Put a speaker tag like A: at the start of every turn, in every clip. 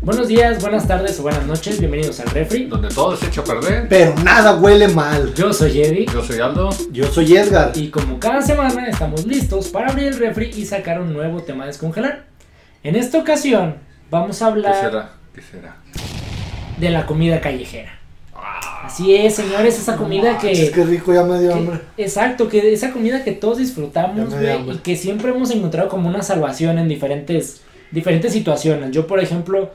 A: Buenos días, buenas tardes o buenas noches, bienvenidos al Refri.
B: donde todo es hecho a perder.
C: Pero nada huele mal.
A: Yo soy Eddie
B: Yo soy Aldo.
C: Yo soy Edgar.
A: y como cada semana estamos listos para abrir el Refri y sacar un nuevo tema a descongelar. En esta ocasión vamos a
B: ¿Qué
A: hablar
B: será? ¿Qué será?
A: de la comida callejera.
B: Ah,
A: Así es, señores, esa comida
C: Ah, Es que
A: que...
C: rico, ya me dio hambre.
A: que- Exacto, que esa comida que todos
C: Ya
A: disfrutamos
C: me dio
A: güey,
C: hambre.
A: y que siempre hemos encontrado como una salvación en diferentes, diferentes situaciones. Yo, por ejemplo...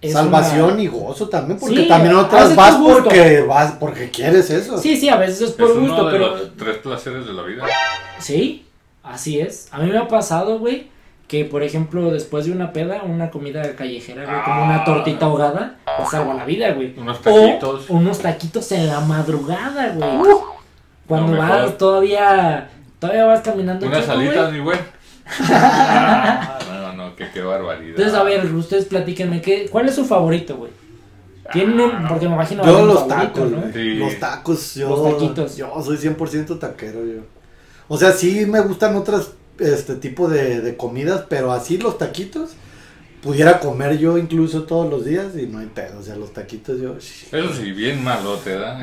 A: es una-
C: Salvación y gozo también, porque
A: Sí,
C: también
A: haces
C: otras
A: tu
C: vas
A: gusto.
C: porque vas porque quieres eso.
A: Sí, sí, a veces es
B: es
A: por
B: uno
A: gusto,
B: de
A: pero...
B: los tres placeres de la vida.
A: Sí, así es. A mí me ha pasado, güey, que por ejemplo, después de una peda, una comida callejera, güey, como una tortita ahogada, te salva la vida, güey.
B: Ah. Unos taquitos.
A: O unos taquitos en la madrugada, güey. Cuando
B: Lo mejor.
A: vas todavía, todavía vas caminando.
B: Unas
A: chido,
B: alitas,
A: güey.
B: mi güey. Ah, no, no, que qué barbaridad.
A: Entonces, a ver, ustedes platíquenme, ¿qué, ¿cuál es su favorito, güey? Tienen
B: Ah.
A: un, porque me imagino...
C: Yo
A: habrá un
C: los
A: favorito,
C: tacos,
A: ¿no?
C: güey.
B: Sí.
C: los tacos, yo,
A: Los taquitos.
C: yo soy 100% taquero, yo. O sea, sí me gustan otras este tipo de, de comidas, pero así los taquitos pudiera comer yo incluso todos los días y no hay pedo, o sea, los taquitos yo sí,
B: Eso sí, bien malo te da.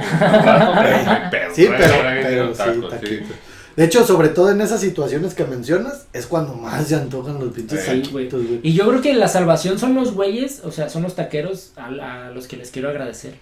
B: Sí,
C: pero, pero sí, taquitos. De hecho, sobre todo en esas situaciones que mencionas, es cuando más se antojan los pinches
B: Sí,
A: güey.
C: taquitos, güey.
A: Y yo creo que la salvación son los güeyes, o sea, son los taqueros a, a los que les quiero agradecer.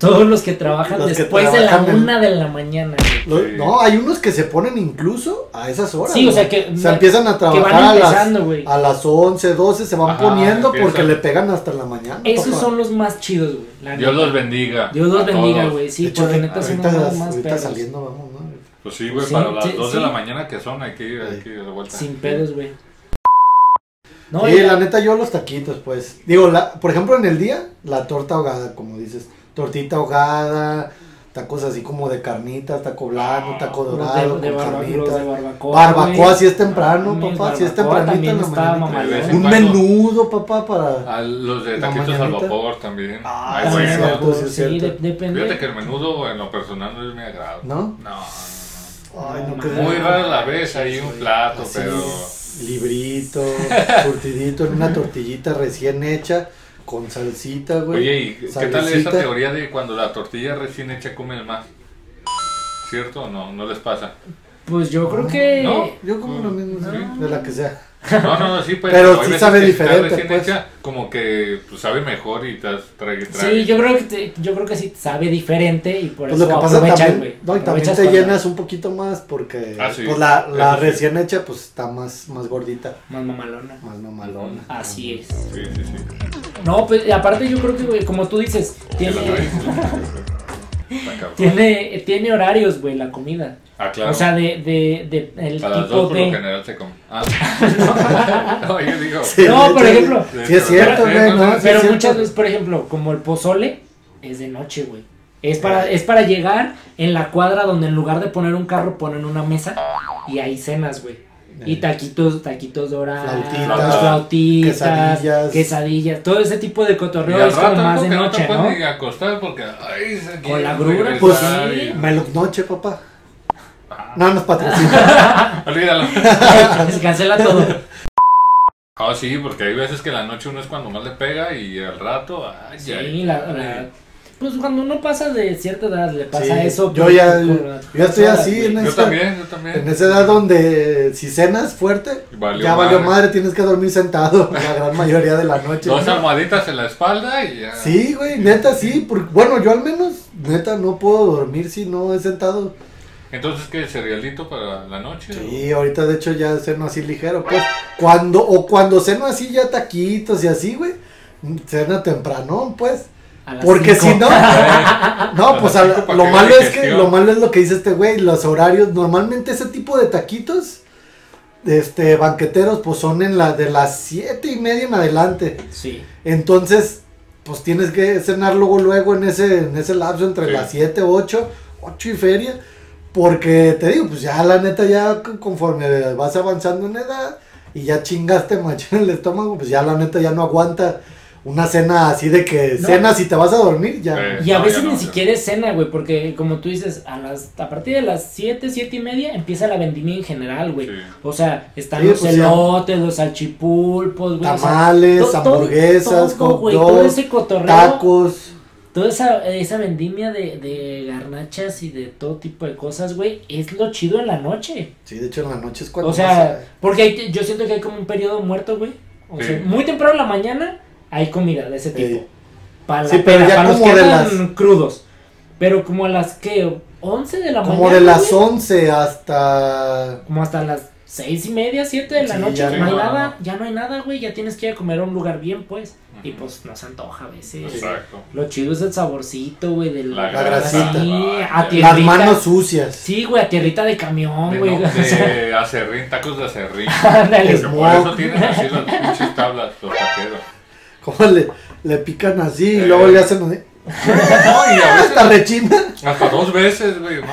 A: Todos los que trabajan
C: Los que
A: después de
C: trabajan
A: la
C: en-
A: una de la mañana. güey.
C: Lo-
B: Sí.
C: No, hay unos que se ponen incluso a esas horas.
A: Sí, o
C: güey.
A: sea que-
C: Se empiezan a
A: Que
C: trabajar
A: van
C: a las,
A: empezando, güey.
C: a las 11, 12, se van
B: Ajá,
C: poniendo
B: empiezan.
C: porque le pegan hasta la mañana.
A: Esos
C: papá.
A: son los más chidos, güey. la
B: Dios
A: neta.
B: los bendiga.
A: Dios
B: a
A: los bendiga,
B: todos.
A: güey. Sí,
C: De hecho,
A: porque neta son
C: ahorita,
A: los más, más
C: ahorita
A: perros.
C: saliendo vamos, ¿no?
B: Pues sí, güey,
A: Sí,
B: para las
A: sí,
B: 2 de
A: sí.
B: la mañana que son, hay que ir, hay que ir de vuelta.
A: Sin pedos, güey. No,
C: Sí,
A: y-
C: la neta yo los taquitos, pues. Digo, la, por ejemplo, en el día, la torta ahogada, como dices. Tortita ahogada, tacos así como de carnitas, taco
B: Ah,
C: blanco, taco
A: los de-
C: dorado,
A: de,
C: con
A: barba- los
C: carnitas.
A: de barbacoa.
C: Barbacoa
A: güey.
C: si es temprano,
A: Mames,
C: papá, si es
A: barbacoa
C: tempranito
A: también
C: en la
A: está
C: mañana.
A: mamalón.
B: De vez en
C: Un
B: cuando.
C: menudo, papá, para...
B: A los de
C: La
B: taquitos al
C: mañanita.
B: vapor también.
C: Ah,
B: Ay,
A: Ah,
B: güey,
C: sí,
B: no.
C: cierto, sí,
A: sí,
C: es cierto.
A: de- depende.
B: Fíjate que el menudo en lo personal no es mi agrado.
C: ¿No?
B: No.
C: Ay,
A: No,
C: no
A: mames.
C: creo.
B: Muy rara la vez ahí un plato,
C: Así,
B: pero.
C: Librito, surtidito, en una tortillita recién hecha, con salsita, güey.
B: Oye, ¿y qué tal esa
C: salecita.
B: teoría de cuando la tortilla recién hecha comen más? ¿Cierto o no? No les pasa.
A: Pues yo
C: Ah,
A: creo que.
B: No.
C: Yo como lo mismo, sí,
B: No.
C: de la que sea.
B: No, no, no, sí, pues,
C: Pero
B: hay
C: sí
B: veces
C: sabe
B: que si está
C: diferente,
B: recién
C: pues.
B: hecha, como que pues, sabe mejor y te trae, trae.
A: Sí, yo creo que te- yo creo que sí sabe diferente y por
C: Pues
A: eso
C: lo que pasa
A: aprovechan,
C: también,
A: güey.
C: no, y también
A: Aprovechas
C: te
A: para-
C: llenas un poquito más porque
B: Ah, sí,
C: pues, la, la
B: eso sí.
C: recién hecha pues está más, más gordita,
A: Más mamalona.
C: más mamalona.
A: Así es.
B: Sí, sí, sí.
A: No, pues y aparte yo creo que güey, como tú dices,
B: Que la trae.
A: tiene
B: Está cabrón.
A: tiene tiene horarios, güey, la comida.
B: Ah, claro.
A: O sea, de, de, de el
B: Para las
A: tipo
B: dos por lo
A: de
B: general se come. Ah, no, yo digo.
C: Sí,
A: No,
C: de
A: por
C: hecho,
A: ejemplo.
C: Sí, sí es cierto,
B: Pero-
C: güey, no, sí
A: Pero
C: es cierto.
A: muchas veces, por ejemplo, como el pozole es de noche, güey. Es para
C: Eh.
A: es para llegar en la cuadra donde en lugar de poner un carro ponen una mesa y ahí cenas, güey.
B: Eh,
A: Y taquitos, taquitos dorados,
C: Flautitas,
A: flautitas, quesadillas,
C: quesadillas.
A: todo ese tipo de cotorreo
B: Y al
A: es como
B: rato
A: más
B: no,
A: de
B: que no
A: noche,
B: te
A: ¿no?
B: puedes ni acostar porque ay, se
A: Con la
B: quiere
A: grura,
B: regresar
C: Pues
A: sí.
B: y-
C: Melocnoche, papá.
B: Ah.
C: No nos patrocina.
B: Olvídalo.
A: Se cancela todo.
B: Ah, sí, porque hay veces que la noche uno es cuando más le pega y al rato, ay,
A: Sí,
B: ay,
A: la,
B: ay.
A: la- pues cuando uno pasa de cierta edad le pasa
C: Sí,
A: eso.
C: yo
A: con-
C: ya-
A: con las
C: yo ya estoy
A: personas,
C: así,
A: güey.
C: ¿no?
B: Yo
C: esta-
B: también, yo también.
C: En esa edad donde eh, si cenas fuerte,
B: Valió
C: ya valió
B: madre.
C: madre, tienes que dormir sentado la gran mayoría de la noche.
B: Dos almohaditas en la espalda y ya.
C: Sí, güey, neta sí, porque, bueno, yo al menos, neta, no puedo dormir si no he sentado.
B: Entonces, ¿qué? ¿Cerealito para la noche?
C: Sí, ahorita de hecho ya ceno así ligero, pues, cuando, o cuando ceno así ya taquitos y así, güey, cena temprano, pues,
A: A las
C: porque
A: cinco.
C: si no,
B: A
C: no,
B: las
C: pues, a la-
B: cinco para
C: lo
B: que
C: malo
B: haga
C: es que,
B: digestión.
C: lo malo es lo que dice este güey, los horarios, normalmente ese tipo de taquitos, este, banqueteros, pues, son en la, de las siete y media en adelante,
A: Sí.
C: Entonces, pues tienes que cenar luego, luego en ese, en ese lapso entre
B: Sí.
C: las 7, 8, 8 y feria. Porque te digo, pues ya la neta, ya c- conforme vas avanzando en edad y ya chingaste macho en el estómago, pues ya la neta ya no aguanta. una cena así de que
A: No.
C: cenas y te vas a dormir ya.
B: Eh.
A: Y a
B: No,
A: veces
B: ya no,
A: ni
B: ya.
A: siquiera es cena, güey, porque como tú dices, a las a partir de las 7, 7 y media empieza la vendimia en general, güey.
B: Sí.
A: O sea, están
C: Sí,
A: los
C: pues ya.
A: elotes, los salchipulpos, güey. o sea,
C: Tamales,
A: to- todo-
C: hamburguesas,
A: todo,
C: hot
A: güey, todo
C: dogs,
A: ese cotorreo,
C: tacos.
A: toda esa, esa vendimia de, de garnachas y de todo tipo de cosas, güey, es lo chido en la noche.
C: Sí, de hecho en la noche es cuando
A: O sea, porque hay- yo siento que hay como un periodo muerto, güey. O
B: Sí.
A: sea, muy temprano en la mañana hay comida de ese
C: Sí.
A: tipo. Para
C: Sí, pero ya
A: los
C: como
A: que
C: de
A: andan crudos. Pero como a las que 11 de la
C: como
A: mañana.
C: de las
A: güey,
C: 11 hasta
A: Como hasta las seis y media, siete de la
C: Sí,
A: noche.
C: ya
A: no
B: no.
A: hay nada, ya no hay nada, güey. Ya tienes que ir a comer a un lugar bien, pues. Y pues nos antoja a veces.
B: Exacto.
A: Lo chido es el saborcito, güey, del
B: La
C: grasita.
A: Sí, a
B: Las
A: tierrita.
C: las manos sucias.
A: Sí, güey, a tierrita de camión,
B: De,
A: güey.
B: no-
A: o sea,
B: de acerrín, tacos de acerrín.
A: ándale.
B: Porque por eso tienen así las pinches tablas, los taqueros.
C: Como le, le pican así y
B: Eh.
C: luego le hacen así,
B: No, y a veces
C: hasta rechina.
B: hasta dos veces, güey. No,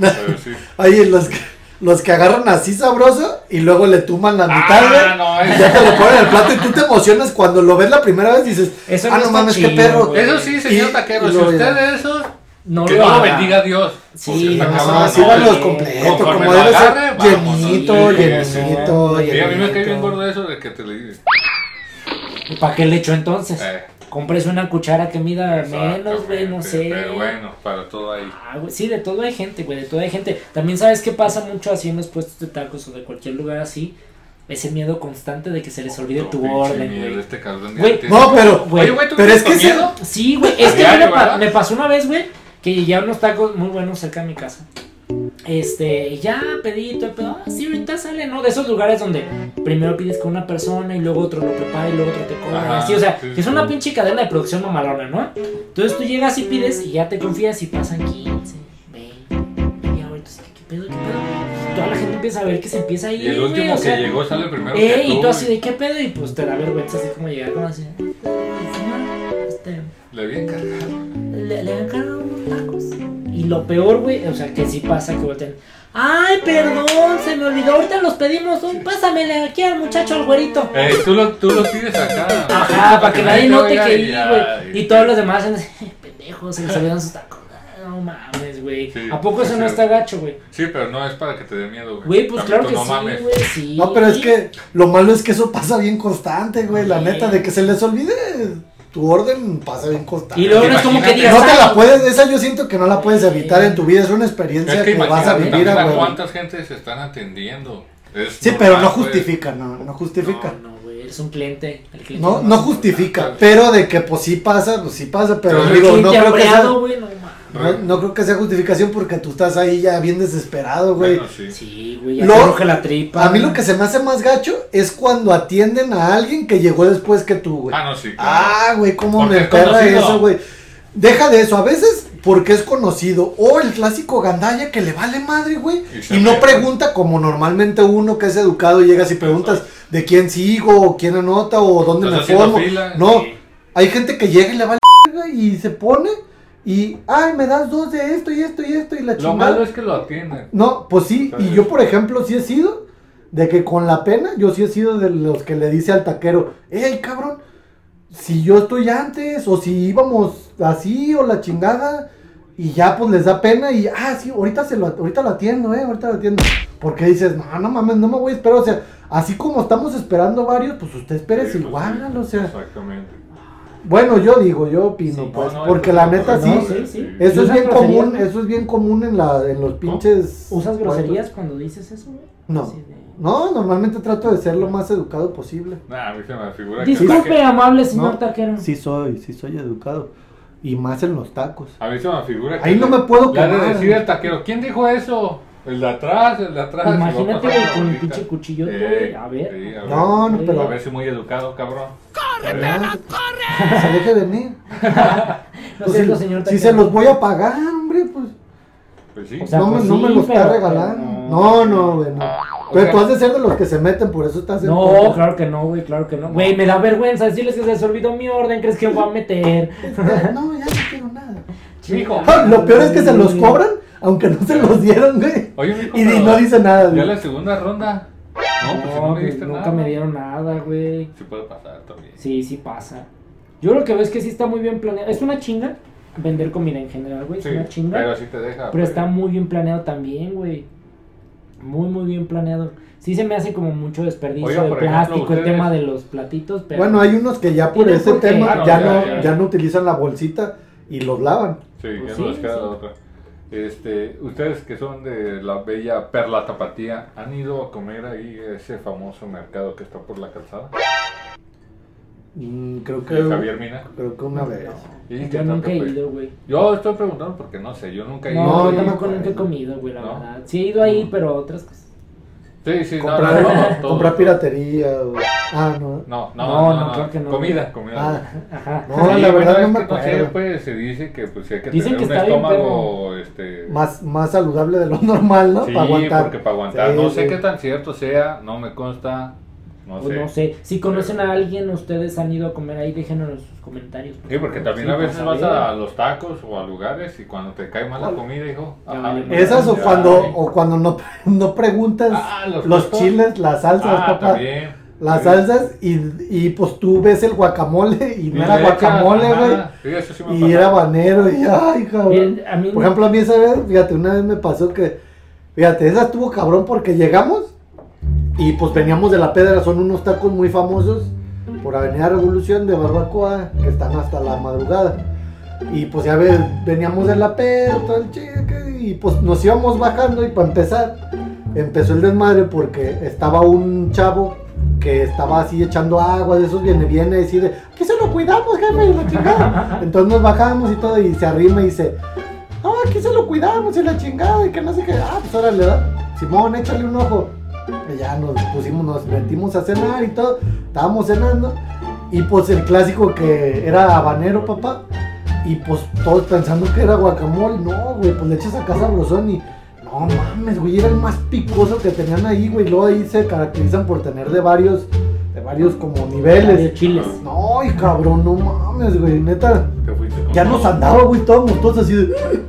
B: pero sí.
C: Ahí los que, los que agarran así sabroso y luego le tuman la mitad, güey.
B: Ah, no,
C: Y
B: es-
C: Ya te lo ponen en el plato y tú te emocionas cuando lo ves la primera vez dices,
A: Eso
C: ah,
A: no
C: no,
A: está
C: mames,
A: chido,
C: qué perro.
A: güey.
B: Eso sí, señor
C: Y-
B: taquero,
C: y
B: si
C: luego
B: usted
C: ya.
B: de esos,
A: No
B: que no
A: haga.
B: lo bendiga Dios.
A: Sí,
B: Porque
C: No,
B: está
A: no,
B: cabrón,
C: así
A: no,
C: van
A: sí.
C: los
A: no,
C: completos,
B: Conforme
C: como
B: lo
C: debe ser
B: agarre, vámonos.
C: llenito,
A: Sí,
C: llenito,
A: sí.
B: Sí, a mí me cae bien
C: llenito.
B: gordo eso de que te le digas.
A: Pues, ¿Y para qué le echo entonces?
B: Eh,
A: Compres una cuchara que mida menos, güey,
B: exactamente,
A: no sé.
B: Pero bueno, para todo ahí.
A: Ah, güey, sí, de todo hay gente, güey, de todo hay gente. También sabes qué pasa mucho así en los puestos de tacos o de cualquier lugar así. Ese miedo constante de que se les olvide
B: Puto
A: tu
B: pinche
A: orden,
B: mierda,
A: güey.
B: Este cabrón
A: Güey,
B: ya tiene-
C: No, pero,
A: Güey,
B: Oye, güey, ¿tú
C: pero
B: tienes
C: es que
B: con
C: se-
B: miedo?
A: Sí, güey, es que
B: Diario,
A: me, pa-
B: ¿verdad?
A: me pasó una vez, güey, que llegué a unos tacos muy buenos cerca de mi casa. Este, ya pedí todo el pedo. Ah, sí, ahorita sale, ¿no? De esos lugares donde primero pides con una persona y luego otro lo prepara y luego otro te cobra.
B: Ajá,
A: Así, o sea,
B: sí,
A: que es
B: sí.
A: una pinche cadena de producción mamalona, ¿no? Entonces tú llegas y pides y ya te confías y pasan 15, 20, media hora. Entonces, ¿qué, qué pedo, qué pedo? Toda la gente empieza a ver que se empieza a ir.
B: Y el último
A: güey, o
B: que
A: sea,
B: llegó sale primero
A: eh,
B: que tú.
A: y tú
B: güey.
A: así de qué pedo y pues te da vergüenza así como llegar como así. "Ay, señor, Este,
B: Le vi encargado.
A: le, le han cargado unos tacos. Y lo peor, güey, o sea, que sí pasa que voltean. Ay, perdón, se me olvidó. Ahorita los pedimos. Uy, pásamele aquí al muchacho, al güerito.
B: Eh, tú lo, tú lo pides acá.
A: Ajá, para que nadie note
B: oiga,
A: que
B: y
A: ahí,
B: ya,
A: güey. Y todos los demás hacen así, pendejos, se les olvidan sus tacos. Ah, No mames, güey.
B: Sí,
A: ¿A poco
B: sí,
A: eso
B: sí.
A: no está gacho, güey?
B: Sí, pero no es para que te dé miedo, güey.
A: Güey, pues
B: También
A: claro que
B: tú no
A: sí,
B: mames.
A: güey, sí.
C: No, pero es que lo malo es que eso pasa bien constante, güey. La
A: Sí.
C: neta, de que se les olvide tu orden pasa bien constante.
A: Y luego no es como que
B: Imagínate.
A: digas.
C: no te
A: "Ay,
C: la puedes, esa yo siento que no la puedes
A: Sí.
C: evitar en tu vida, es una experiencia
B: Es que
C: que, vas a
B: imagínate
C: vivir,
B: también a
C: güey.
B: cuántas gente se están atendiendo. Es
C: Sí, pero
B: normal,
C: no
B: güey.
C: justifica, no, no justifica.
A: No, no, güey, eres un cliente. El cliente
C: No, no justifica, pero de que pues sí pasa, pues sí pasa, pero
B: Pero
A: El
C: digo, no
A: cliente
C: creo que sea,
A: hambreado, güey, no mames.
C: no, no creo que sea justificación porque tú estás ahí ya bien desesperado, güey.
B: Bueno, sí.
A: Sí, güey, ya
C: Lo-
A: te ruge la tripa.
C: A mí lo que se me hace más gacho es cuando atienden a alguien que llegó después que tú, güey.
B: Ah, no, sí, claro.
C: Ah, güey, cómo
B: Porque
C: me
B: es
C: perra
B: conocido.
C: eso, güey. Deja de eso, a veces porque es conocido. O el clásico gandalla que le vale madre, güey.
B: Y se
C: Y, no
B: mete.
C: pregunta como normalmente uno que es educado llegas y preguntas de quién sigo, o quién anota, o dónde
B: Estás
C: me
B: haciendo
C: formo.
B: fila,
C: no,
B: sí.
C: hay gente que llega y le vale verga y se pone y, ay, me das dos de esto y esto y esto y la
B: Lo
C: chingada.
B: malo es que lo atienden.
C: No, pues sí, y yo por ejemplo sí he sido de que con la pena, yo sí he sido de los que le dice al taquero, hey cabrón, si yo estoy antes, o si íbamos así, o la chingada, y ya pues les da pena, y ah, sí, ahorita se lo, ahorita lo atiendo, eh, ahorita lo atiendo. Porque dices, no, no mames, no me voy a esperar, o sea, así como estamos esperando varios, pues usted espera
B: Sí, pues,
C: igual,
B: sí,
C: o sea.
B: Exactamente.
C: Bueno, yo digo, yo opino,
A: Sí,
C: pues,
B: no, no,
C: porque
B: eso
C: la
B: no,
C: neta
B: no,
C: sí,
B: no,
A: sí, sí.
C: eso es
A: ¿Usas
C: bien
A: groserías,
C: común,
A: no?
C: eso es bien común en la, en los pinches.
A: ¿Usas
C: puestos.
A: groserías cuando dices eso, güey?
C: No.
A: Así de-
C: No, normalmente trato de ser lo más educado posible.
B: Nah, a mí se me figura que el
A: Disculpe,
B: taquero.
A: amable señor
C: No.
A: taquero.
C: Sí soy, sí soy educado. Y más en los tacos.
B: A mí se me figura que.
C: Ahí no me puedo
B: Le ha de
C: quemar.
B: decir el taquero, ¿quién dijo eso? El de atrás, el de atrás. Y va
A: Imagínate,
B: pasando
A: güey, con el
B: ahorita.
A: pinche cuchillo,
B: Eh,
A: güey. A
B: sí,
A: ver.
B: a
C: No, no,
A: Sí.
B: A
C: pero.
B: ver si muy educado, cabrón.
C: Ah, Se deje venir.
A: Lo
C: Pues
A: siento,
C: si-
A: señor
C: si
A: taquero.
C: se los voy a pagar, hombre, pues.
B: Pues sí.
A: O sea,
C: no, me-
A: pues
C: no
A: sí,
C: me los está
A: pero-
C: regalando.
A: pero
C: No, no, güey. No. Pero tú has de ser de los que se meten, por eso estás en
A: No,
C: contra.
A: claro que no, güey, claro que no. Güey, me da vergüenza decirles que se les olvidó mi orden, ¿crees que voy a meter?
C: Este, No, ya no quiero nada.
B: Hijo.
C: Ah, Lo peor es que se los cobran, aunque no se los dieron, güey.
B: Oye, mijo,
C: Y di-
B: pero-
C: no dice nada,
B: Ya
C: güey.
B: la segunda ronda. No, pues si no
A: No,
B: me
A: pues,
B: diste
A: nunca
B: nada.
A: me dieron nada, güey.
B: Sí puede pasar también.
A: Sí, sí pasa. Yo lo que veo es que sí está muy bien planeado. Es una chinga vender comida en general, güey.
B: Sí,
A: es una chinga.
B: pero sí te deja.
A: Pero
B: pues.
A: está muy bien planeado también, güey. Muy, muy bien planeado. Sí se me hace como mucho desperdicio
B: Oiga,
A: de
B: por ejemplo,
A: plástico el
B: ustedes-
A: tema de los platitos, pero...
C: Bueno, hay unos que ya por
A: Tienen
C: ese
A: por qué.
C: tema
B: Claro,
C: ya,
B: ya,
C: no,
B: ya.
C: ya no utilizan la bolsita y los lavan.
B: Sí,
A: Pues
B: ya
A: sí,
B: no les queda
A: sí.
B: otra. Este, ustedes que son de la bella Perla Tapatía, ¿han ido a comer ahí a ese famoso mercado que está por la calzada?
C: Mm, creo que
B: De Javier Mina.
C: creo que una vez.
B: ¿Y qué
A: yo
B: tal
A: nunca
B: te
A: he
B: fue?
A: ido, güey.
B: Yo estoy preguntando porque no sé, yo nunca he ido.
A: No,
C: No,
A: yo
C: no me
A: tampoco nunca he
C: acuerdo.
A: comido, güey, la
B: No.
A: verdad. Sí he ido ahí, pero otras cosas.
B: Sí, sí, no,
C: Comprar,
B: no, no, todo.
C: comprar piratería. o- Ah, no.
B: No,
A: No,
B: no, no,
A: no,
B: no.
A: claro que no.
B: Comida, comida.
C: Ah,
A: Ajá.
C: No, la
B: bueno,
C: verdad
B: es
C: no me
B: que sé,
C: acuerdo.
B: pues se dice que pues hay que
A: Dicen
B: tener
A: que
B: un
A: está bien,
B: estómago este
C: más, más saludable de lo normal, ¿no?
B: sí,
C: para aguantar.
B: porque para aguantar.
C: Sí,
B: no sé
C: sí.
B: qué tan cierto sea, no me consta, no
A: Pues
B: sé.
A: no sé. Si conocen a alguien, ustedes han ido a comer ahí, déjenos en sus comentarios. por
B: Sí, porque
A: favor.
B: también
A: Sí,
B: a veces
A: para
B: vas
A: saber.
B: a los tacos o a lugares y cuando te cae mal la
C: ¿Cuál?
B: comida, hijo.
A: Ya
B: ah,
A: vale,
B: no,
C: Esas o
B: ya,
C: cuando,
B: sí.
C: o cuando no, no preguntas
B: Ah, los
C: los,
B: tacos.
C: chiles, las salsas,
B: Ah,
C: papá.
B: también.
C: Las
B: Sí.
C: salsas y, y pues tú ves el guacamole y no
B: Y
C: era
B: le echas,
C: guacamole,
B: ajá,
C: güey.
B: sí, eso sí me
C: Y
B: pasa.
C: era banero y ay, cabrón.
A: Bien, a mí
C: Por
A: no-
C: ejemplo, a mí esa vez, fíjate, una vez me pasó que, fíjate, esa estuvo cabrón porque llegamos y pues veníamos de la pedra, son unos tacos muy famosos por Avenida Revolución de Barbacoa, que están hasta la madrugada. Y pues ya ves, veníamos de la pedra, todo el cheque, y pues nos íbamos bajando y para empezar, empezó el desmadre porque estaba un chavo que estaba así echando agua, de esos viene, viene, así de, que se lo cuidamos, jefe, y la chingada. Entonces nos bajamos y todo, y se arrima y dice, ah, aquí se lo cuidamos y la chingada y que no sé qué. Ah, pues ahora le da. Simón, échale un ojo. Y ya nos pusimos, nos metimos a cenar y todo. Estábamos cenando. Y pues el clásico que era habanero, papá. Y pues todos pensando que era guacamole. No, güey, pues le echas a casa brosón y. No mames, güey, era el más picoso que tenían ahí, güey. Luego ahí se caracterizan por tener de varios, de varios como
A: Varios
C: niveles.
A: chiles.
C: No, y cabrón, no mames, güey, neta.
B: Te fuiste con
C: Ya nos
B: todo.
C: andaba, güey, todos todos así de.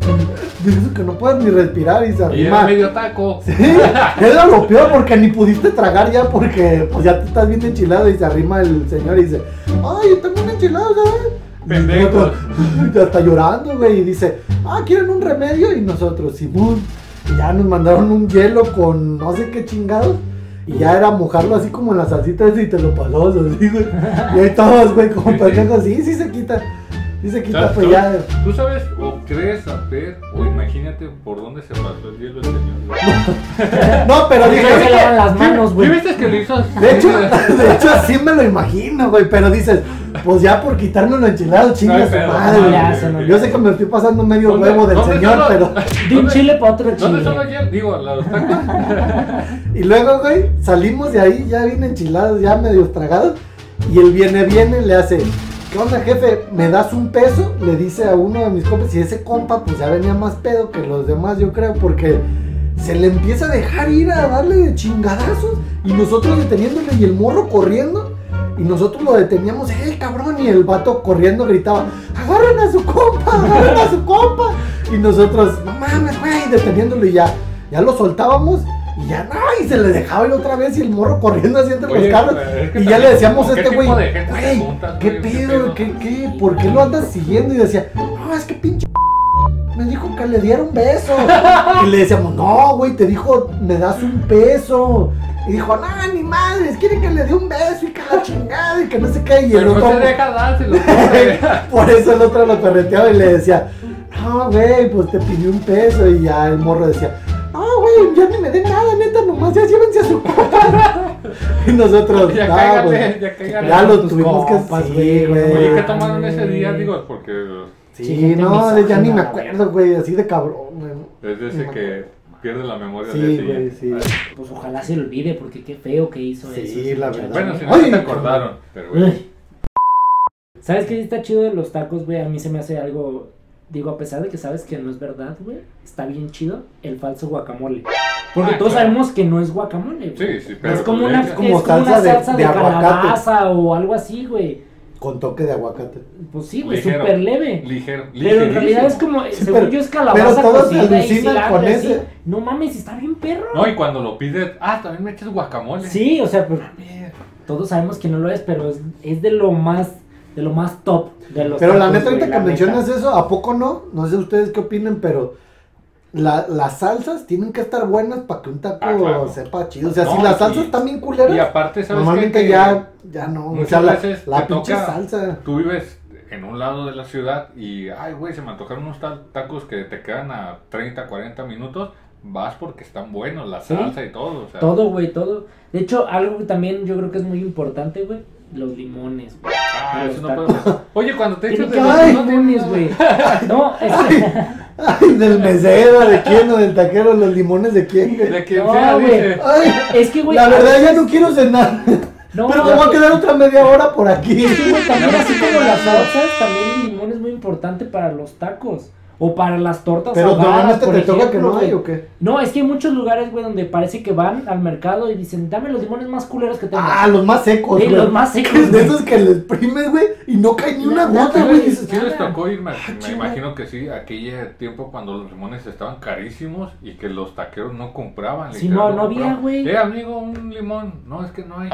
C: de eso que no puedes ni respirar y
B: Y
C: se
B: era
C: arrima.
B: medio taco.
C: Sí, era lo peor porque ni pudiste tragar ya porque pues ya te estás bien enchilado y se arrima el señor y dice, ay, tengo un enchilado, ¿sabes?
B: Pendejos.
C: Hasta llorando, güey, y dice, ah, ¿quieren un remedio? Y nosotros, Simón, y ya nos mandaron un hielo con no sé qué chingados. Y ya era mojarlo así como en las salsitas y te lo pasó así, güey. Y ahí todos, güey, como
B: Sí, sí.
C: pendejos, sí, sí se quita. Sí se quita,
B: ¿Sabes
C: pues
B: tú?
C: ya.
B: ¿Tú sabes o crees saber o imagínate por dónde se pasó el hielo el señor?
C: No, pero
A: Porque
C: dije,
A: no se lavan las manos,
B: ¿Y
A: güey.
B: viste que le hizo?
C: De hecho, de hecho, sí me lo imagino, güey, pero dices, pues ya por quitarnos lo enchilado,
B: No
C: chinga
B: hay
C: su
B: pedo,
C: madre.
B: no,
A: Ya,
B: güey,
A: se nos-
B: güey.
C: Yo sé que me estoy pasando medio
B: ¿Dónde-
C: huevo del
B: dónde
C: señor,
B: son los-
C: pero...
A: De un
B: ¿Dónde-
A: chile para otro
B: ¿Dónde
A: chile.
B: son los hielos? Digo, los tacos.
C: Y luego, güey, salimos de ahí ya bien enchilados, ya medio tragados, y el viene, viene, le hace, ¿qué onda, jefe? ¿Me das un peso? Le dice a uno de mis compas, y ese compa, pues ya venía más pedo que los demás, yo creo, porque... Se le empieza a dejar ir a darle de chingadazos y nosotros deteniéndole y el morro corriendo Y nosotros lo deteníamos, ¡eh, cabrón! Y el vato corriendo gritaba, ¡agarren a su compa! ¡agarren a su compa! Y nosotros, ¡no mames, güey! Deteniéndolo y ya, ya lo soltábamos y ya, ¡no! Y se le dejaba ir otra vez y el morro corriendo así entre
B: Oye,
C: los carros.
B: pero es que
C: Y ya
B: también,
C: le decíamos
B: ¿con
C: a
B: qué
C: este
B: tipo
C: güey,
B: de gente te
C: ¡güey!
B: juntas,
C: ¿Qué
B: güey? ¿Qué
C: pedo?
B: pedo?"
C: ¿Qué, qué? ¿Por qué lo andas siguiendo? Y decía, ¡no, es que pinche me dijo que le diera un beso. Y le decíamos, no, güey, te dijo, me das un peso. Y dijo, no, ni madres, quiere que le dé un beso y que la chingada y que no sé qué. Y el
B: Pero
C: otro,
B: no se deja dárselo. pobre.
C: por eso el otro lo correteaba y le decía, no, güey, pues te pidió un peso. Y ya el morro decía, no, güey, ya ni me den nada, neta, nomás ya llévense a su copa. y nosotros,
B: Ya
C: "No,
B: cáigate,
C: pues, güey".
B: ya cáigate.
C: Ya lo
A: Tus
C: tuvimos que
A: compas,
C: sí,
A: güey,
C: güey.
B: Oye, ¿qué tomaron ese día? Digo, porque
C: Sí,
A: Sí, gente
C: no, de- ya ni me
A: misógina,
C: acuerdo, güey, así de cabrón, güey.
B: es de ese que pierde la memoria
C: Sí,
B: de
C: güey, sí.
A: Pues ojalá se lo olvide, porque qué feo que hizo
C: Sí,
A: eso.
C: la
A: muchacho,
C: verdad.
B: Bueno, si
A: ¿eh?
B: no
C: Ay,
B: se acordaron, pero bueno.
A: Ay. ¿Sabes qué está chido de los tacos, güey? A mí se me hace algo. Digo, a pesar de que sabes que no es verdad, güey, está bien chido el falso guacamole. Porque
B: Ah,
A: todos
B: claro.
A: sabemos que no es guacamole, güey.
B: Sí, sí, pero
A: es como
B: tú le
A: una,
B: echas.
A: es
C: Como
A: como una
C: salsa de-
A: salsa de,
C: de aguacate.
A: calabaza o algo así, güey.
C: Con toque de aguacate.
A: Pues sí, güey,
B: Ligero.
A: súper leve.
B: Ligero,
A: Pero en realidad es
B: ligerísimo.
A: como,
C: Sí,
A: según
C: pero-
A: yo es calabaza
C: pero todos se
A: cocida y
C: alucinan
A: cilantro,
C: con
A: así.
C: ese.
A: No mames, está bien perro.
B: No, y cuando lo pides, ah, también me echas guacamole.
A: Sí, o sea, pues, todos sabemos que no lo es, pero es, es de lo más, de lo más top de los
C: Pero la
A: tacos,
C: neta,
A: güey,
C: ahorita
A: la
C: que mencionas
A: neta.
C: eso, ¿a poco no? No sé ustedes qué opinen, pero la- las salsas tienen que estar buenas para que un taco
B: Ah, claro.
C: sepa chido. O sea,
B: No,
C: si las
B: y-
C: salsas están bien
B: Y
C: culeras,
B: aparte, ¿sabes
C: normalmente
B: qué? Que
C: ya, ya no. O
B: muchas
C: sea, la,
B: veces
C: la
B: te
C: pinche
B: toca-
C: salsa.
B: Tú vives en un lado de la ciudad y, ay, güey, se me antojaron unos tal- tacos que te quedan a 30, 40 minutos. Vas porque están buenos, la
A: Sí.
B: salsa y todo. O sea,
A: Todo, güey, todo. De hecho, algo que también yo creo que es muy importante, güey, los limones, güey.
B: Ah,
A: Los
B: eso no
A: tacos.
B: puedo- Oye, cuando te
A: Tiene
B: echas
A: que
B: de
A: haber
B: los-
A: limones, güey. No, este,
C: Ay, del mesero, de quién, o del taquero, los limones de quién. güey?
B: De quien
A: No,
B: sea,
A: güey.
B: dice.
C: Ay,
A: es que, güey.
C: la
A: a
C: verdad ya
A: veces-
C: no quiero cenar.
A: No,
C: pero me voy a quedar otra media hora por aquí.
A: Sí, güey, también así como las salsas, también el limón es muy importante para los tacos. O para las tortas
C: Pero
A: ahogadas,
C: normalmente
A: por
C: te toca que
A: ejemplo,
C: no hay
A: güey.
C: o qué.
A: No, es que hay muchos lugares, güey, donde parece que van al mercado y dicen, dame los limones más culeros que tengas.
C: Ah, los más secos,
A: Güey,
C: güey.
A: los más secos,
C: De
A: güey.
C: esos que les primes, güey, y no cae ni una
A: Nada,
C: gota,
A: güey.
C: güey. Dices,
B: Sí les
A: Nada. Ah,
B: tocó ir, me, me
C: chinga.
B: imagino que sí, aquel tiempo cuando los limones estaban carísimos y que los taqueros no compraban.
A: Sí,
B: literal,
A: no, no había,
B: compraban.
A: güey.
B: Eh, amigo, un limón. No, es que no hay.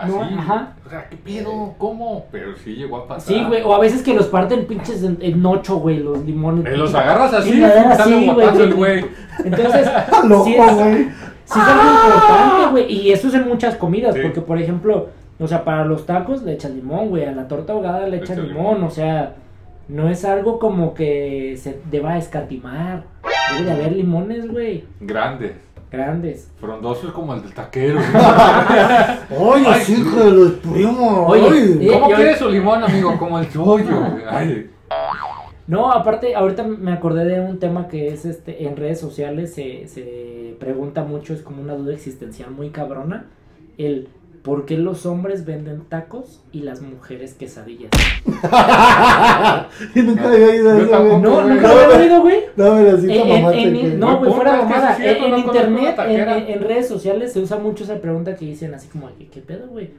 B: Así.
A: ajá.
B: O sea, ¿qué pedo? ¿Cómo? Pero sí llegó a pasar.
A: Sí, güey, o a veces que los parten pinches en, en ocho, güey, los limones.
B: Eh, los agarras así,
A: Sí, la verdad,
B: sale
A: sí,
B: un
A: güey.
B: guatazo el güey.
A: Entonces,
C: "Ah, loco,
A: sí es-
C: güey.
A: Sí, es algo importante, güey. Y eso es en muchas comidas,
B: Sí.
A: porque, por ejemplo, o sea, para los tacos le echan limón, güey. A la torta ahogada le
B: Le
A: echan
B: echan
A: limón,
B: limón.
A: o sea, no es algo como que se deba escatimar. Debe de haber limones, güey,
B: Grandes,
A: grandes.
B: frondosos como el del taquero.
C: Ay, los hijos de los primos.
A: Oye,
C: ay.
A: eh,
B: ¿Cómo
A: yo-
B: quieres su limón, amigo? Como el suyo. Ay,
A: No, aparte, ahorita me acordé de un tema que es este, en redes sociales se, se pregunta mucho, es como una duda existencial muy cabrona, el por qué los hombres venden tacos y las mujeres quesadillas.
C: Y nunca había
B: Yo
C: oído eso, güey.
B: tampoco.
A: No,
B: güey.
A: nunca lo he oído, güey.
C: No, me la cita
A: En- en-
C: mamaste,
A: en-
C: güey.
A: no, güey,
B: Pues,
A: fuera
B: es que
A: mamada.
B: sí es cierto,
A: en
B: no
A: en
B: conozco
A: internet,
B: una
A: en,
B: taquera.
A: en- en redes sociales se usa mucho esa pregunta que dicen así como, ¿qué, qué pedo, güey?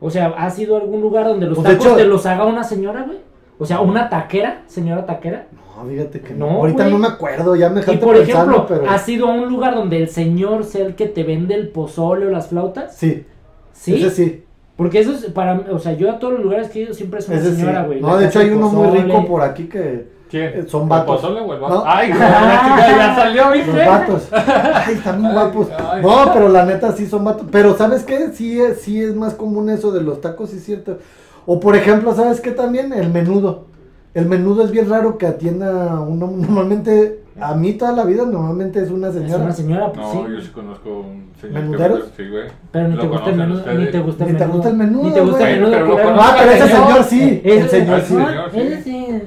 A: O sea, ¿has ido a algún lugar donde los
C: Pues, de
A: tacos
C: hecho-
A: te los haga una señora, güey? O sea, una taquera, señora taquera.
C: No, fíjate que no.
A: No,
C: Ahorita
A: güey.
C: no me acuerdo, ya
A: Y
C: me dejaste
A: por
C: pensando,
A: ejemplo,
C: pero.
A: ¿has ido a un lugar donde el señor sea el que te vende el pozole o las flautas?
C: Sí,
A: Sí.
C: ese sí.
A: Porque eso es para, o sea, yo a todos los lugares que he ido siempre es una
C: Ese sí.
A: señora, güey.
C: No,
A: la
C: de
A: que
C: hecho
A: hace
C: hay uno muy
A: pozole.
C: rico por aquí que.
A: Eh,
B: ¿Quién?
C: Son
B: ¿El
C: vatos.
B: pozole o el vato?
C: No.
B: Ay, güey, la chica ya salió,
C: Los
B: ¿viste?
C: vatos. Ay, están bien
B: Ay,
C: guapos.
B: ay.
C: No, pero la neta sí son vatos. Pero ¿sabes qué? Sí, es- sí es más común eso de los tacos, sí es cierto. O por ejemplo, ¿sabes qué también? El menudo. El menudo es bien raro que atienda a uno. Normalmente, a mí toda la vida, normalmente es una
A: Es
C: señora.
A: una señora, pues
B: No,
A: sí.
B: yo sí conozco un señor. que
C: ¿Menuderos?
B: vende- Sí, güey.
A: Pero ni
B: Lo
A: te gusta el
B: conocen
A: menudo, ni
B: ustedes.
A: te gusta el
C: Ni te
A: menudo.
C: gusta el menudo,
A: Ni te gusta el
B: güey.
A: menudo,
B: Pero lo
A: culero.
C: Ah, pero ese
B: Señor.
C: señor sí.
A: Ese
C: El señor sí.
B: señor, sí.
A: ese sí.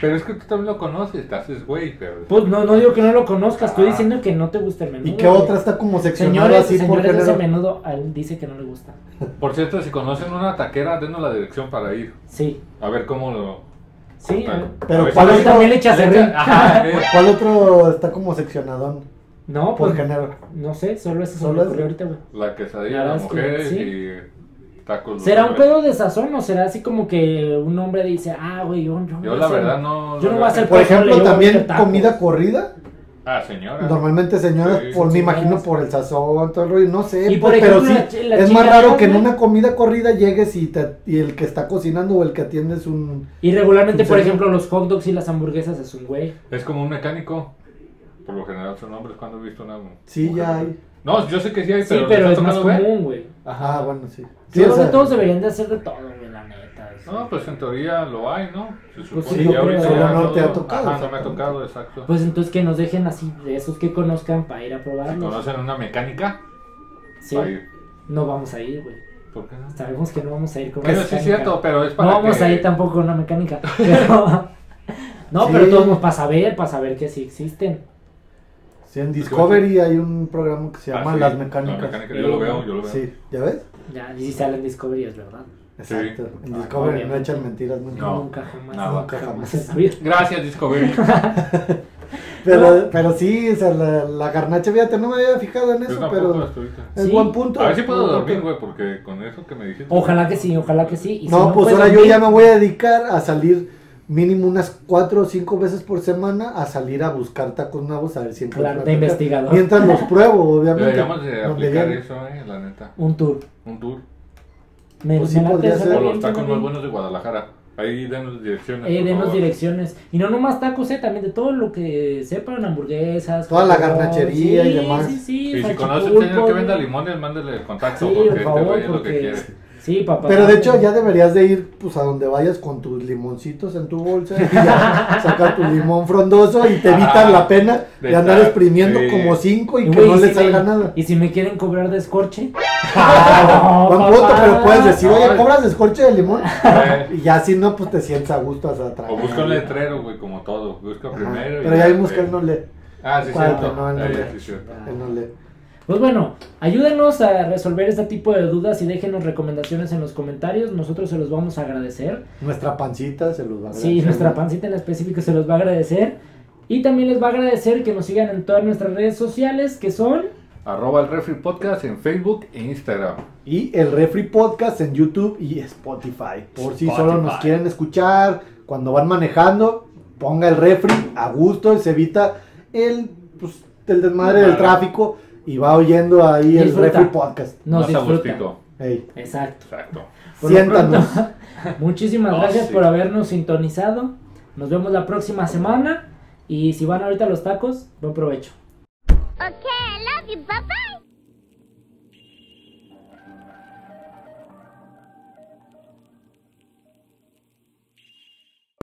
B: Pero es que tú también lo conoces, te haces güey, pero...
A: Pues no, no digo que no lo conozcas, estoy
B: Ah.
A: diciendo que no te gusta el menudo.
C: ¿Y qué otra está como seccionada
A: Señores,
C: así por
A: señores, ese
C: género?
A: menudo a él dice que no le gusta.
B: Por cierto, si conocen una taquera, denos la dirección para ir.
A: Sí,
B: A ver cómo lo...
A: sí.
B: Tal.
A: eh.
C: Pero
B: A ver,
C: ¿cuál
A: Pero
B: ¿sabes?
C: es la-
A: también le echas
B: Le
A: serrín.
B: echa- Ajá, eh.
C: ¿Cuál otro está como seccionadón?
A: No,
C: Por
A: pues
C: género.
A: no sé, solo ese
C: Solo
A: solo
C: ese.
A: ahorita, güey.
B: La
A: La
B: quesadilla de
A: verdad
B: las
A: es que
B: mujeres
A: sí.
B: y tacos. los
A: ¿Será un
B: hombres.
A: pedo de sazón o será así como que un hombre dice, ah, güey, yo, yo,
B: Yo
A: voy
B: la
A: hacer-
B: verdad no...
A: Yo no
B: no
A: voy a
B: sé.
A: hacer-
C: Por
A: Pozole, yo
C: ejemplo,
A: voy a
C: también
A: hacer tacos.
C: comida corrida.
B: Ah, señora.
C: Normalmente señoras,
B: Sí,
C: por, me
A: señoras.
C: imagino por el sazón, todo el rollo, no sé,
A: Y
C: pues,
A: por
C: pero
A: ejemplo,
C: sí,
A: la chi- la
C: es más
A: chica
C: raro que en
A: grande.
C: una comida corrida llegues y, te- y el que está cocinando o el que atiende es un...
A: Y regularmente, por
C: Sí.
A: ejemplo, los hot dogs y las hamburguesas es un güey.
B: Es como un mecánico. Por lo general son hombres cuando he visto una... mu-
C: Sí,
B: mujer.
C: ya hay.
B: No, yo sé que sí hay,
A: Sí,
B: pero... ¿les
A: pero
B: ha
A: es más
B: tocado ver?
A: común, güey.
C: Ah, bueno, sí. Sí,
A: Yo
C: o
A: creo que
C: sea,
A: todos deberían de hacer de todo, güey, la neta. o sea.
B: No, pues en teoría lo hay, ¿no? Se
C: Pues
B: supone
A: sí,
B: que
A: yo
B: ya
A: creo,
B: ahorita
A: pero
B: ya
A: no
B: todo-
C: te ha
B: Ajá, no
C: tocado,
B: me ha
C: exactamente.
B: tocado, exacto.
A: Pues entonces que nos dejen así, de esos que conozcan para ir a
B: si
A: probarlos.
B: conocen una mecánica,
A: Sí,
B: para ir.
A: no vamos a ir, güey.
B: ¿Por qué no?
A: Sabemos que no vamos a ir con
B: Bueno,
A: una
B: sí es
A: pues, mecánica.
B: cierto, pero es
A: No pues,
B: para
A: vamos
B: que...
A: a ir tampoco con una mecánica. Pero... No,
C: Sí.
A: pero todos para saber, para saber que sí existen.
C: sí, en Discovery hay un programa que se
B: Ah,
C: llama
B: sí,
C: Las Mecánicas.
B: La mecánica, yo lo veo, yo lo veo.
C: Sí, ¿ya ves?
A: Ya, y si salen Discovery es verdad.
C: Exacto. En
B: Ah,
C: Discovery no
A: obviamente.
C: echan mentiras nunca.
B: No,
A: nunca jamás.
B: nada.
A: nunca jamás.
C: Jamás.
A: en la vida.
B: Gracias, Discovery.
C: Pero, pero sí, o sea, la, la garnacha, fíjate, no me había fijado en
B: Yo
C: eso,
B: Pues tampoco
C: pero
B: hasta ahorita.
C: es
A: Sí.
C: buen punto.
B: A ver si puedo
C: Buen
B: dormir,
C: punto.
B: güey, porque con eso que me dijiste.
A: Ojalá que sí, ojalá que sí. Y si
C: No, pues
A: puedes
C: ahora yo
A: dormir,
C: ya me voy a dedicar a salir mínimo unas cuatro o cinco veces por semana a salir a buscar tacos nuevos a ver si encuentro
A: Claro,
C: una
A: de
C: taca.
A: investigador.
C: Mientras los pruebo, obviamente.
B: Deberíamos de
C: donde
B: aplicar
C: llegue.
B: eso, eh, la neta.
A: Un tour.
B: Un tour.
A: Me,
C: Pues sí,
A: me late,
C: podría
A: suena
C: ser.
B: O
A: bien,
B: los
A: suena
B: tacos
A: bien.
B: más buenos de Guadalajara. Ahí denos direcciones.
A: Eh,
B: por
A: denos
B: favor.
A: direcciones. Y no nomás tacos, eh, también de todo lo que sepan, hamburguesas.
C: Toda la
A: hot dogs.
C: garnachería y
A: Sí,
C: demás.
A: Sí, sí,
B: Y si conoce
A: conoces
B: un señor que venda limones, mándele el contacto.
A: Sí,
B: porque
A: por
B: este güey
A: favor,
B: es lo que
A: porque...
B: quiere.
A: Sí, papá.
C: Pero de hecho ya deberías de ir pues a donde vayas con tus limoncitos en tu bolsa y ya sacar tu limón frondoso y te evitas
B: Ah,
C: la pena
B: de
C: de andar
B: estar,
C: exprimiendo
B: sí.
C: como cinco y
A: Y,
C: que
A: güey,
C: no
A: y
C: le
A: si
C: salga
A: me-
C: nada.
A: Y si me quieren cobrar descorche. Ah,
C: Buen punto, pero puedes decir, oye,
B: Ay.
C: cobras escorche de limón.
B: Eh,
C: Y ya si no, pues te sientes a gusto hasta atrás.
B: O busca un letrero, güey, como todo. Busca primero. y
C: Pero ya vimos
B: eh,
C: que él no lee.
B: Ah, sí,
C: Cuatro,
B: cierto.
C: no, no,
B: Eh,
C: no.
B: sí, cierto.
C: Él no lee.
A: Pues bueno, ayúdenos a resolver este tipo de dudas y déjenos recomendaciones en los comentarios. Nosotros se los vamos a agradecer.
C: Nuestra pancita se los va a
A: Sí,
C: agradecer.
A: nuestra pancita en específico se los va a agradecer. Y también les va a agradecer que nos sigan en todas nuestras redes sociales, que son...
B: Arroba el Refri Podcast en Facebook e Instagram.
C: Y el Refri Podcast en YouTube y Spotify. Por si
B: Spotify.
C: solo nos quieren escuchar, cuando van manejando, ponga el refri a gusto y se evita el, pues, el desmadre del tráfico y va oyendo ahí el
A: Disfruta.
C: Refri Podcast.
A: Nos
B: Más a
A: disfruta.
B: gustito.
C: Ey,
A: Exacto.
B: Exacto.
A: Por lo
C: siéntanos.
A: pronto, muchísimas
B: Oh,
A: gracias
B: sí.
A: por habernos sintonizado. Nos vemos la próxima semana. Y si van ahorita a los tacos, buen provecho.
D: Okay, I love you. Bye bye.